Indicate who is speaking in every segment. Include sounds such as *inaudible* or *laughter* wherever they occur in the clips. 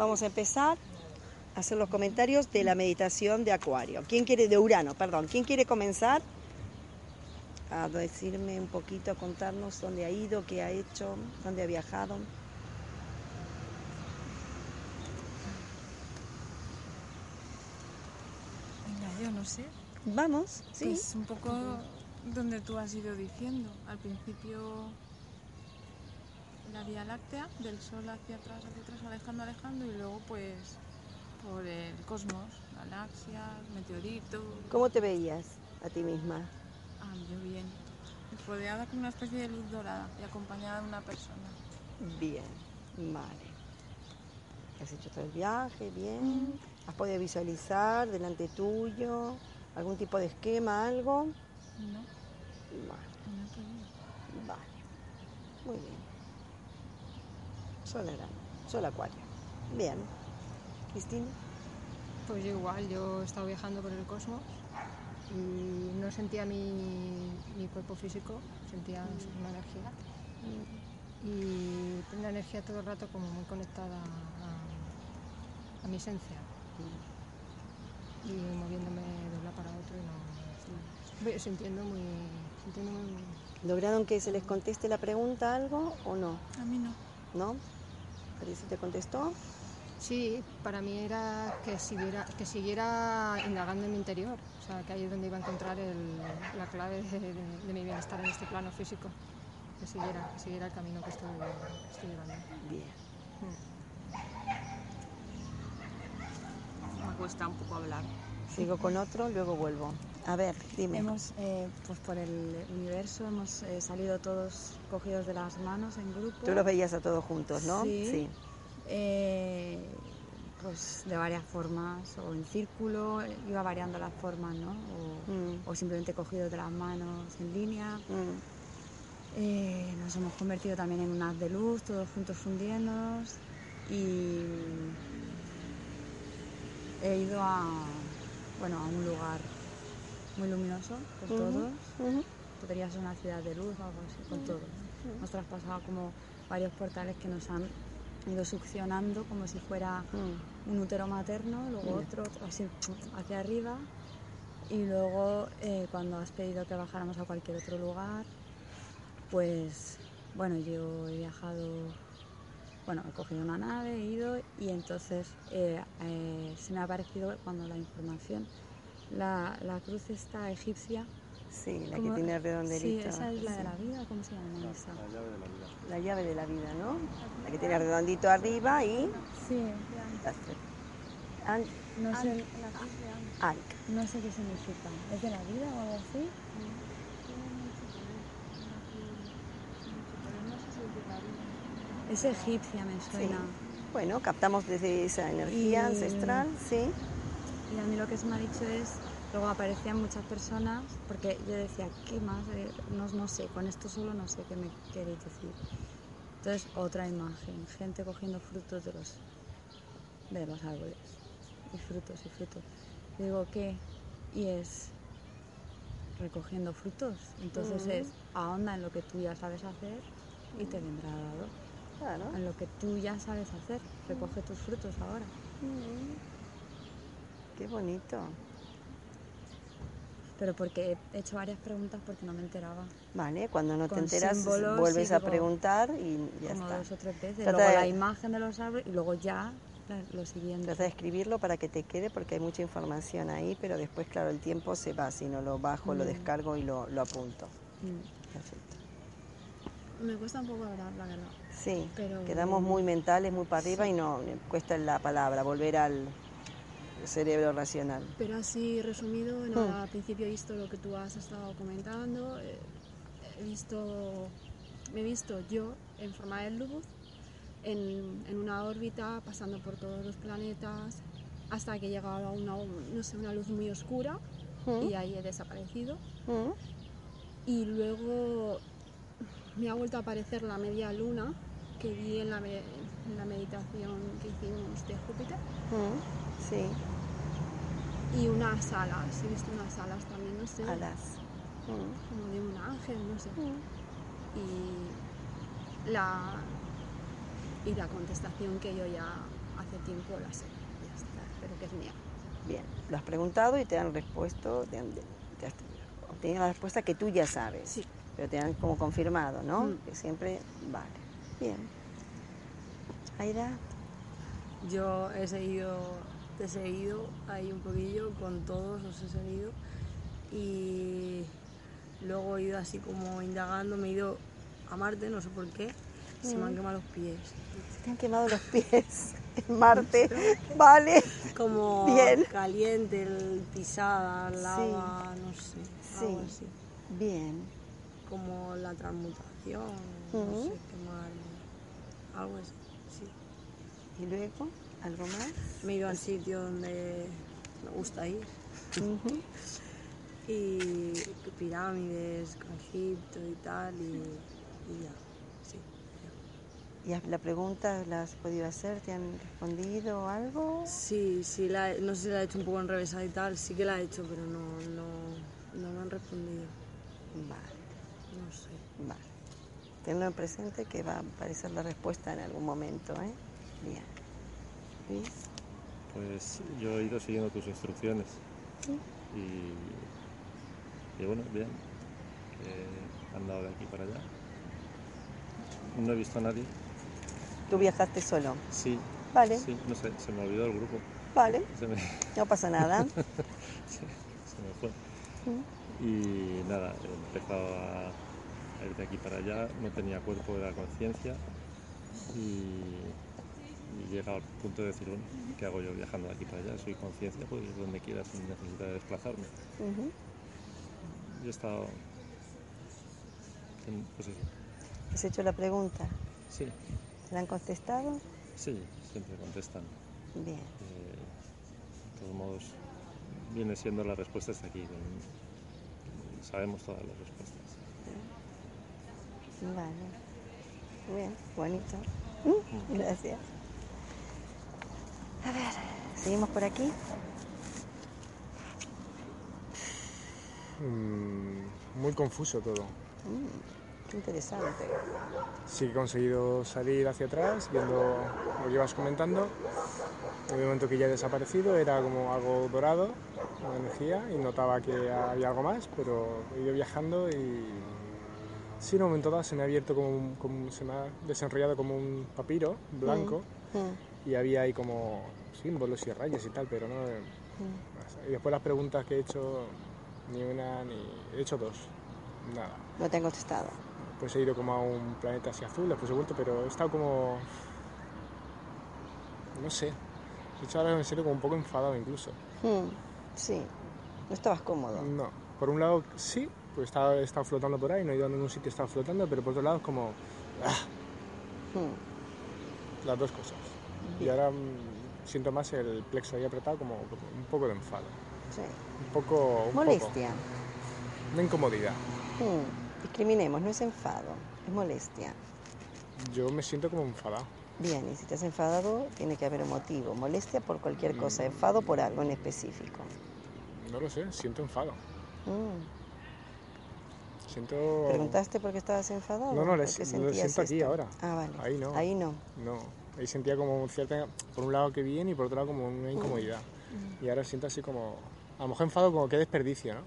Speaker 1: Vamos a empezar a hacer los comentarios de la meditación de Acuario. ¿Quién quiere, de Urano, perdón, quién quiere comenzar a decirme un poquito, a contarnos dónde ha ido, qué ha hecho, dónde ha viajado?
Speaker 2: Mira, yo no sé.
Speaker 1: Vamos, sí.
Speaker 2: Pues un poco donde tú has ido diciendo. Al principio la Vía Láctea, del Sol hacia atrás, hacia atrás, alejando, alejando, y luego pues por el cosmos, galaxias, meteoritos.
Speaker 1: ¿Cómo te veías a ti misma?
Speaker 2: Ah, yo bien. Rodeada con una especie de luz dorada y acompañada de una persona.
Speaker 1: Bien, vale. ¿Has hecho todo el viaje? Bien. ¿Has podido visualizar delante tuyo algún tipo de esquema, algo?
Speaker 2: No,
Speaker 1: Vale,
Speaker 2: no he podido.
Speaker 1: vale. Muy bien. Sol Arano, Sol Acuario. Bien. Cristina.
Speaker 3: Pues yo igual, yo he estado viajando por el cosmos y no sentía mi, mi cuerpo físico, sentía una energía. Y tengo la energía todo el rato como muy conectada a, a mi esencia y moviéndome de un lado para otro y no, sintiendo muy, sintiendo muy
Speaker 1: ¿Lograron que se les conteste la pregunta algo o no?
Speaker 2: A mí no.
Speaker 1: ¿No? ¿Parece te contestó?
Speaker 3: Sí, para mí era que siguiera, que siguiera indagando en mi interior, o sea, que ahí es donde iba a encontrar el- la clave de, de- de mi bienestar en este plano físico, que siguiera, que siguiera el camino que estoy, que estoy llevando.
Speaker 1: Bien.
Speaker 4: Me cuesta un poco hablar.
Speaker 1: Sigo con otro, luego vuelvo. A ver, dime.
Speaker 5: Hemos, eh, pues por el universo, hemos eh, salido todos cogidos de las manos en grupo.
Speaker 1: Tú los veías a todos juntos, ¿no?
Speaker 5: Sí. Eh, pues de varias formas, o en círculo, eh, iba variando las formas, ¿no? O,
Speaker 1: Mm,
Speaker 5: o simplemente cogidos de las manos en línea.
Speaker 1: mm.
Speaker 5: Eh, nos hemos convertido también en unas de luz, todos juntos fundiéndonos. Y he ido a, bueno, a un lugar muy luminoso por
Speaker 1: Ujú.
Speaker 5: todos.
Speaker 1: Ujú.
Speaker 5: podría ser una ciudad de luz o algo así, con todo. Hemos traspasado como varios portales que nos han ido succionando como si fuera
Speaker 1: Mm.
Speaker 5: un útero materno, luego otro, así hacia arriba. Y luego eh, cuando has pedido que bajáramos a cualquier otro lugar, pues bueno, yo he viajado, bueno, he cogido una nave, he ido y entonces eh, eh, se me ha parecido cuando la información, la, la cruz está egipcia,
Speaker 1: Sí, la que
Speaker 5: ¿Cómo?
Speaker 1: tiene el
Speaker 5: Sí,
Speaker 1: redondelito.
Speaker 5: esa es la de
Speaker 1: Sí.
Speaker 5: la vida, ¿cómo se llama esa?
Speaker 1: La llave de la vida, ¿no? La que tiene el redondito arriba y...
Speaker 5: Sí,
Speaker 1: las tres. An-
Speaker 5: no sé,
Speaker 1: Ankh.
Speaker 5: no sé qué significa. ¿Es de la vida o algo así? Es egipcia, me suena.
Speaker 1: Bueno, captamos desde esa energía
Speaker 5: Y-
Speaker 1: ancestral, sí.
Speaker 5: Y a mí lo que se me ha dicho es, luego aparecían muchas personas, porque yo decía, ¿qué más? Eh, no, no sé, con esto solo no sé qué me queréis decir. Entonces, otra imagen, gente cogiendo frutos de los, de los árboles, y frutos y frutos. Y digo, ¿qué? Y es recogiendo frutos. Entonces
Speaker 1: Ujú.
Speaker 5: es, ahonda en lo que tú ya sabes hacer y te vendrá dado.
Speaker 1: Claro.
Speaker 5: En lo que tú ya sabes hacer, recoge tus frutos ahora.
Speaker 1: Qué bonito.
Speaker 5: Pero porque he hecho varias preguntas porque no me enteraba.
Speaker 1: Vale, cuando no te
Speaker 5: Con
Speaker 1: enteras,
Speaker 5: símbolos
Speaker 1: vuelves
Speaker 5: y
Speaker 1: a
Speaker 5: digo,
Speaker 1: preguntar y ya
Speaker 5: como
Speaker 1: está.
Speaker 5: dos o tres veces.
Speaker 1: Trata
Speaker 5: luego
Speaker 1: de-
Speaker 5: la imagen de los árboles y luego ya la- lo siguiente.
Speaker 1: Trata de escribirlo para que te quede porque hay mucha información ahí, pero después, claro, el tiempo se va. Si no lo bajo, lo
Speaker 5: Mm.
Speaker 1: descargo y lo, lo apunto.
Speaker 5: Mm.
Speaker 1: Perfecto.
Speaker 2: Me cuesta un poco hablar, la verdad.
Speaker 1: Sí,
Speaker 2: Pero-
Speaker 1: quedamos muy mentales, muy para arriba y no cuesta la palabra, volver al cerebro racional.
Speaker 6: Pero así resumido, no,
Speaker 1: Mm.
Speaker 6: al principio he visto lo que tú has estado comentando, eh, he visto, me he visto yo en forma de luz, en, en una órbita, pasando por todos los planetas, hasta que he llegado a una, no sé, una luz muy oscura
Speaker 1: Mm,
Speaker 6: y ahí he desaparecido.
Speaker 1: mm.
Speaker 6: Y luego me ha vuelto a aparecer la media luna que vi en la, me- en la meditación que hicimos de Júpiter.
Speaker 1: Mm, Sí,
Speaker 6: Y unas alas, he visto unas alas también, no sé.
Speaker 1: alas. Mm,
Speaker 6: como de un ángel, no sé.
Speaker 1: Mm.
Speaker 6: Y la, y la contestación que yo ya
Speaker 5: hace tiempo la sé, ya está, pero que es mía.
Speaker 1: Bien, lo has preguntado y te han respuesto, te han, te has obtenido la respuesta que tú ya sabes.
Speaker 5: Sí.
Speaker 1: Pero te han como confirmado, ¿no?
Speaker 5: Mm.
Speaker 1: Que siempre vale. Bien. Aida,
Speaker 4: Yo he seguido, te he seguido ahí un poquillo, con todos os he seguido y luego he ido así como indagando, me he ido a Marte, no sé por qué, y se me han quemado los pies.
Speaker 1: se te han quemado los pies *laughs* en Marte. Vale.
Speaker 4: Como
Speaker 1: Bien.
Speaker 4: caliente, el pisada, lava, no sé,
Speaker 7: Ah,
Speaker 4: algo
Speaker 1: Sí.
Speaker 4: así.
Speaker 1: Bien.
Speaker 4: Como la transmutación, no
Speaker 1: Ujú.
Speaker 4: sé, quemar, algo así, sí.
Speaker 1: Y luego, ¿algo más?
Speaker 4: Me he ido al sitio donde me gusta ir.
Speaker 1: Ujú.
Speaker 4: *laughs* y pirámides con Egipto y tal y, y ya sí
Speaker 1: ¿Y has- la pregunta la has podido hacer? ¿Te han respondido algo?
Speaker 4: sí sí la he- no sé si la he hecho un poco enrevesada y tal sí que la he hecho pero no no no me han respondido
Speaker 1: Vale.
Speaker 4: no sé
Speaker 1: Vale. Tenlo en presente que va a aparecer la respuesta en algún momento, ¿eh? Bien. Luis,
Speaker 8: Pues yo he ido siguiendo tus instrucciones. Y, y bueno, bien. He andado de aquí para allá. No he visto a nadie.
Speaker 1: Tú viajaste solo.
Speaker 8: Sí.
Speaker 1: Vale.
Speaker 8: Sí, no sé, se me olvidó el grupo.
Speaker 1: Vale,
Speaker 8: Se me, *laughs*
Speaker 1: no pasa nada. *laughs*
Speaker 8: se me fue. Y nada, he empezado a a ir de aquí para allá. No tenía cuerpo, era conciencia. Y, y llega al punto de decir, bueno, ¿qué hago yo viajando de aquí para allá? Soy conciencia, puedo ir donde quiera sin necesidad de desplazarme.
Speaker 1: Ujú.
Speaker 8: Yo he estado. en- Pues eso.
Speaker 1: Has hecho la pregunta.
Speaker 8: Sí,
Speaker 1: ¿La han contestado?
Speaker 8: sí, siempre contestan.
Speaker 1: Bien.
Speaker 8: Eh, de todos modos, viene siendo la respuesta hasta aquí. con- Sabemos todas las respuestas.
Speaker 1: Vale. Bien, bonito. Mm, Gracias. A ver, seguimos por aquí.
Speaker 9: Mm, muy confuso todo.
Speaker 1: Mm, qué interesante.
Speaker 9: Sí que he conseguido salir hacia atrás, viendo lo que ibas comentando. En el momento que ya he desaparecido era como algo dorado, una energía, y notaba que había algo más, pero he ido viajando y... Sí, en un momento dado se me ha abierto como, un- como- se me ha desenrollado como un papiro blanco
Speaker 1: Mm,
Speaker 9: y había ahí como símbolos y rayas y tal, pero no... eh,
Speaker 1: mm.
Speaker 9: Y después las preguntas que he hecho, ni una ni... He hecho dos, nada.
Speaker 1: No te han contestado.
Speaker 9: Pues he ido como a un planeta así azul, después he vuelto, pero he estado como. No sé. De hecho, ahora me siento como un poco enfadado incluso.
Speaker 1: Mm, Sí. No estabas cómodo.
Speaker 9: No. Por un lado, sí, pues estaba, he estado flotando por ahí, no he ido a ningún sitio, he estado flotando, pero por otro lado, es como. ah,
Speaker 1: Mm,
Speaker 9: las dos cosas. Y ahora mm, siento más el plexo ahí apretado, como un poco de enfado.
Speaker 1: Sí.
Speaker 9: Un poco. Un
Speaker 1: Molestia.
Speaker 9: Poco, una incomodidad.
Speaker 1: Mm, Discriminemos, no es enfado, es molestia.
Speaker 9: Yo me siento como enfadado.
Speaker 1: Bien, y si te has enfadado, tiene que haber un motivo. Molestia por
Speaker 9: Mm.
Speaker 1: cualquier cosa, enfado por algo en específico.
Speaker 9: No lo sé, siento enfado.
Speaker 1: Mm,
Speaker 9: Siento.
Speaker 1: ¿Preguntaste por qué estabas enfadado?
Speaker 9: Oh. No, no,
Speaker 1: ¿Por
Speaker 9: le-
Speaker 1: qué
Speaker 9: lo
Speaker 1: sentías
Speaker 9: siento aquí
Speaker 1: esto?
Speaker 9: ahora.
Speaker 1: Ah, vale.
Speaker 9: Ahí no.
Speaker 1: Ahí no.
Speaker 9: No, ahí sentía como cierta, por un lado que bien y por otro lado como una incomodidad.
Speaker 1: Mm.
Speaker 9: Y ahora siento así como, a lo mejor enfado como que desperdicio, ¿no?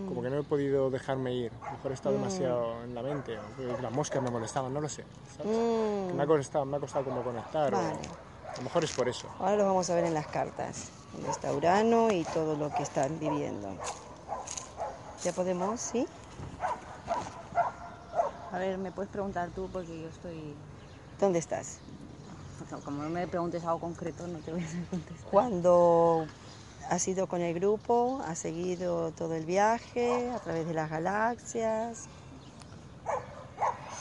Speaker 1: Mm.
Speaker 9: Como que no he podido dejarme ir, a lo mejor he estado demasiado en la mente, o que las moscas me molestaban, no lo sé. ¿sabes?
Speaker 1: Mm,
Speaker 9: Que Me, ha costado, me ha costado como conectar, o-
Speaker 1: Vale.
Speaker 9: a lo mejor es por eso.
Speaker 1: Ahora los vamos a ver en las cartas. Dónde está Urano y todo lo que están viviendo. ¿Ya podemos? ¿Sí?
Speaker 4: a ver me puedes preguntar tú porque yo estoy
Speaker 1: ¿Dónde estás?
Speaker 4: como no me preguntes algo concreto no te voy a contestar
Speaker 1: Cuando has ido con el grupo, has seguido todo el viaje a través de las galaxias.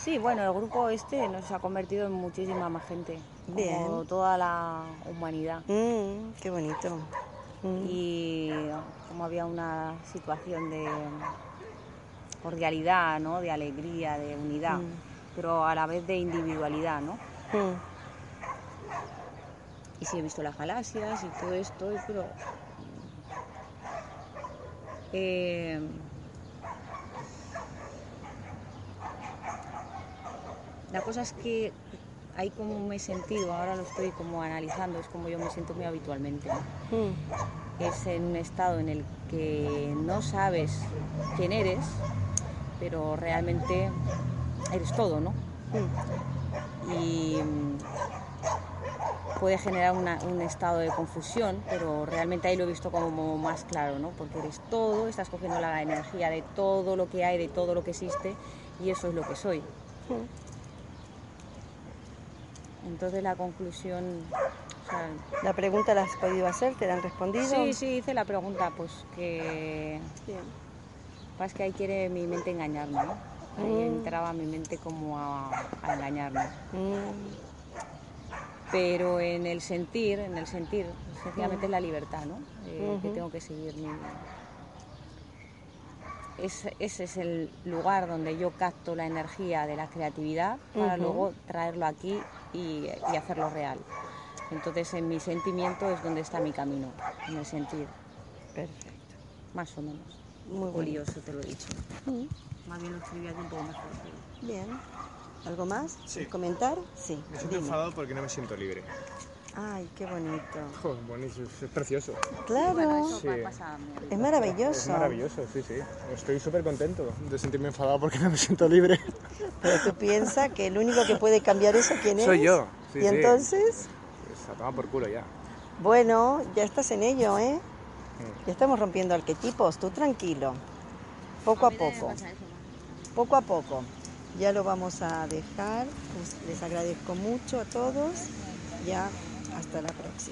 Speaker 7: Sí, bueno, el grupo este nos ha convertido en muchísima más gente, como
Speaker 1: Bien.
Speaker 7: toda la humanidad.
Speaker 1: Mm, qué bonito. Mm,
Speaker 7: Y como había una situación de cordialidad, ¿no? De alegría, de unidad,
Speaker 1: Mm.
Speaker 7: pero a la vez de individualidad, ¿no?
Speaker 1: mm.
Speaker 7: Y sí, he visto las galaxias y todo esto, y- pero... eh, la cosa es que ahí como me he sentido, ahora lo estoy como analizando, es como yo me siento muy habitualmente.
Speaker 1: mm,
Speaker 7: Es en un estado en el que no sabes quién eres, pero realmente eres todo, ¿no?
Speaker 1: mm.
Speaker 7: Y mm, puede generar una- un estado de confusión, pero realmente ahí lo he visto como más claro, ¿no? Porque eres todo, estás cogiendo la energía de todo lo que hay, de todo lo que existe, y eso es lo que soy. Entonces la conclusión... o sea,
Speaker 1: La pregunta la has podido hacer, te la han respondido.
Speaker 7: sí, sí, hice la pregunta, pues que... Pasa que ahí quiere mi mente engañarme, ¿no? Ahí
Speaker 1: Mm.
Speaker 7: entraba mi mente como a, a engañarme.
Speaker 1: Mm,
Speaker 7: Pero en el sentir, en el sentir, sencillamente es la libertad, ¿no? Eh, Que
Speaker 1: Ujú.
Speaker 7: tengo que seguir mi... Es- ese es el lugar donde yo capto la energía de la creatividad para
Speaker 1: Ujú.
Speaker 7: luego traerlo aquí y, y hacerlo real. Entonces en mi sentimiento es donde está mi camino, en el sentir,
Speaker 1: perfecto.
Speaker 7: más o menos.
Speaker 1: Muy bueno.
Speaker 7: Curioso, te lo he dicho.
Speaker 1: Mm,
Speaker 7: Más bien lo escribí aquí un poco mejor. pero-
Speaker 1: Bien. ¿Algo más?
Speaker 9: Sí.
Speaker 1: ¿Comentar? Sí.
Speaker 9: Me siento
Speaker 1: dime.
Speaker 9: enfadado porque no me siento libre.
Speaker 1: Ay, qué bonito.
Speaker 9: Jo, buenísimo, es precioso.
Speaker 1: Claro.
Speaker 7: Bueno, eso
Speaker 9: Sí.
Speaker 7: pa- pasa a mí.
Speaker 1: es maravilloso.
Speaker 9: Es maravilloso, sí, sí. Estoy súper contento de sentirme enfadado porque no me siento libre.
Speaker 1: Pero tú piensas que el único que puede cambiar eso, ¿quién es?
Speaker 9: Soy yo. Sí,
Speaker 1: y
Speaker 9: sí.
Speaker 1: entonces,
Speaker 9: Se ha tomado por culo ya.
Speaker 1: bueno, ya estás en ello, ¿eh? Ya estamos rompiendo arquetipos, tú tranquilo. Poco a poco. Poco a poco. Ya lo vamos a dejar. Pues, Les agradezco mucho a todos. Ya, hasta la próxima.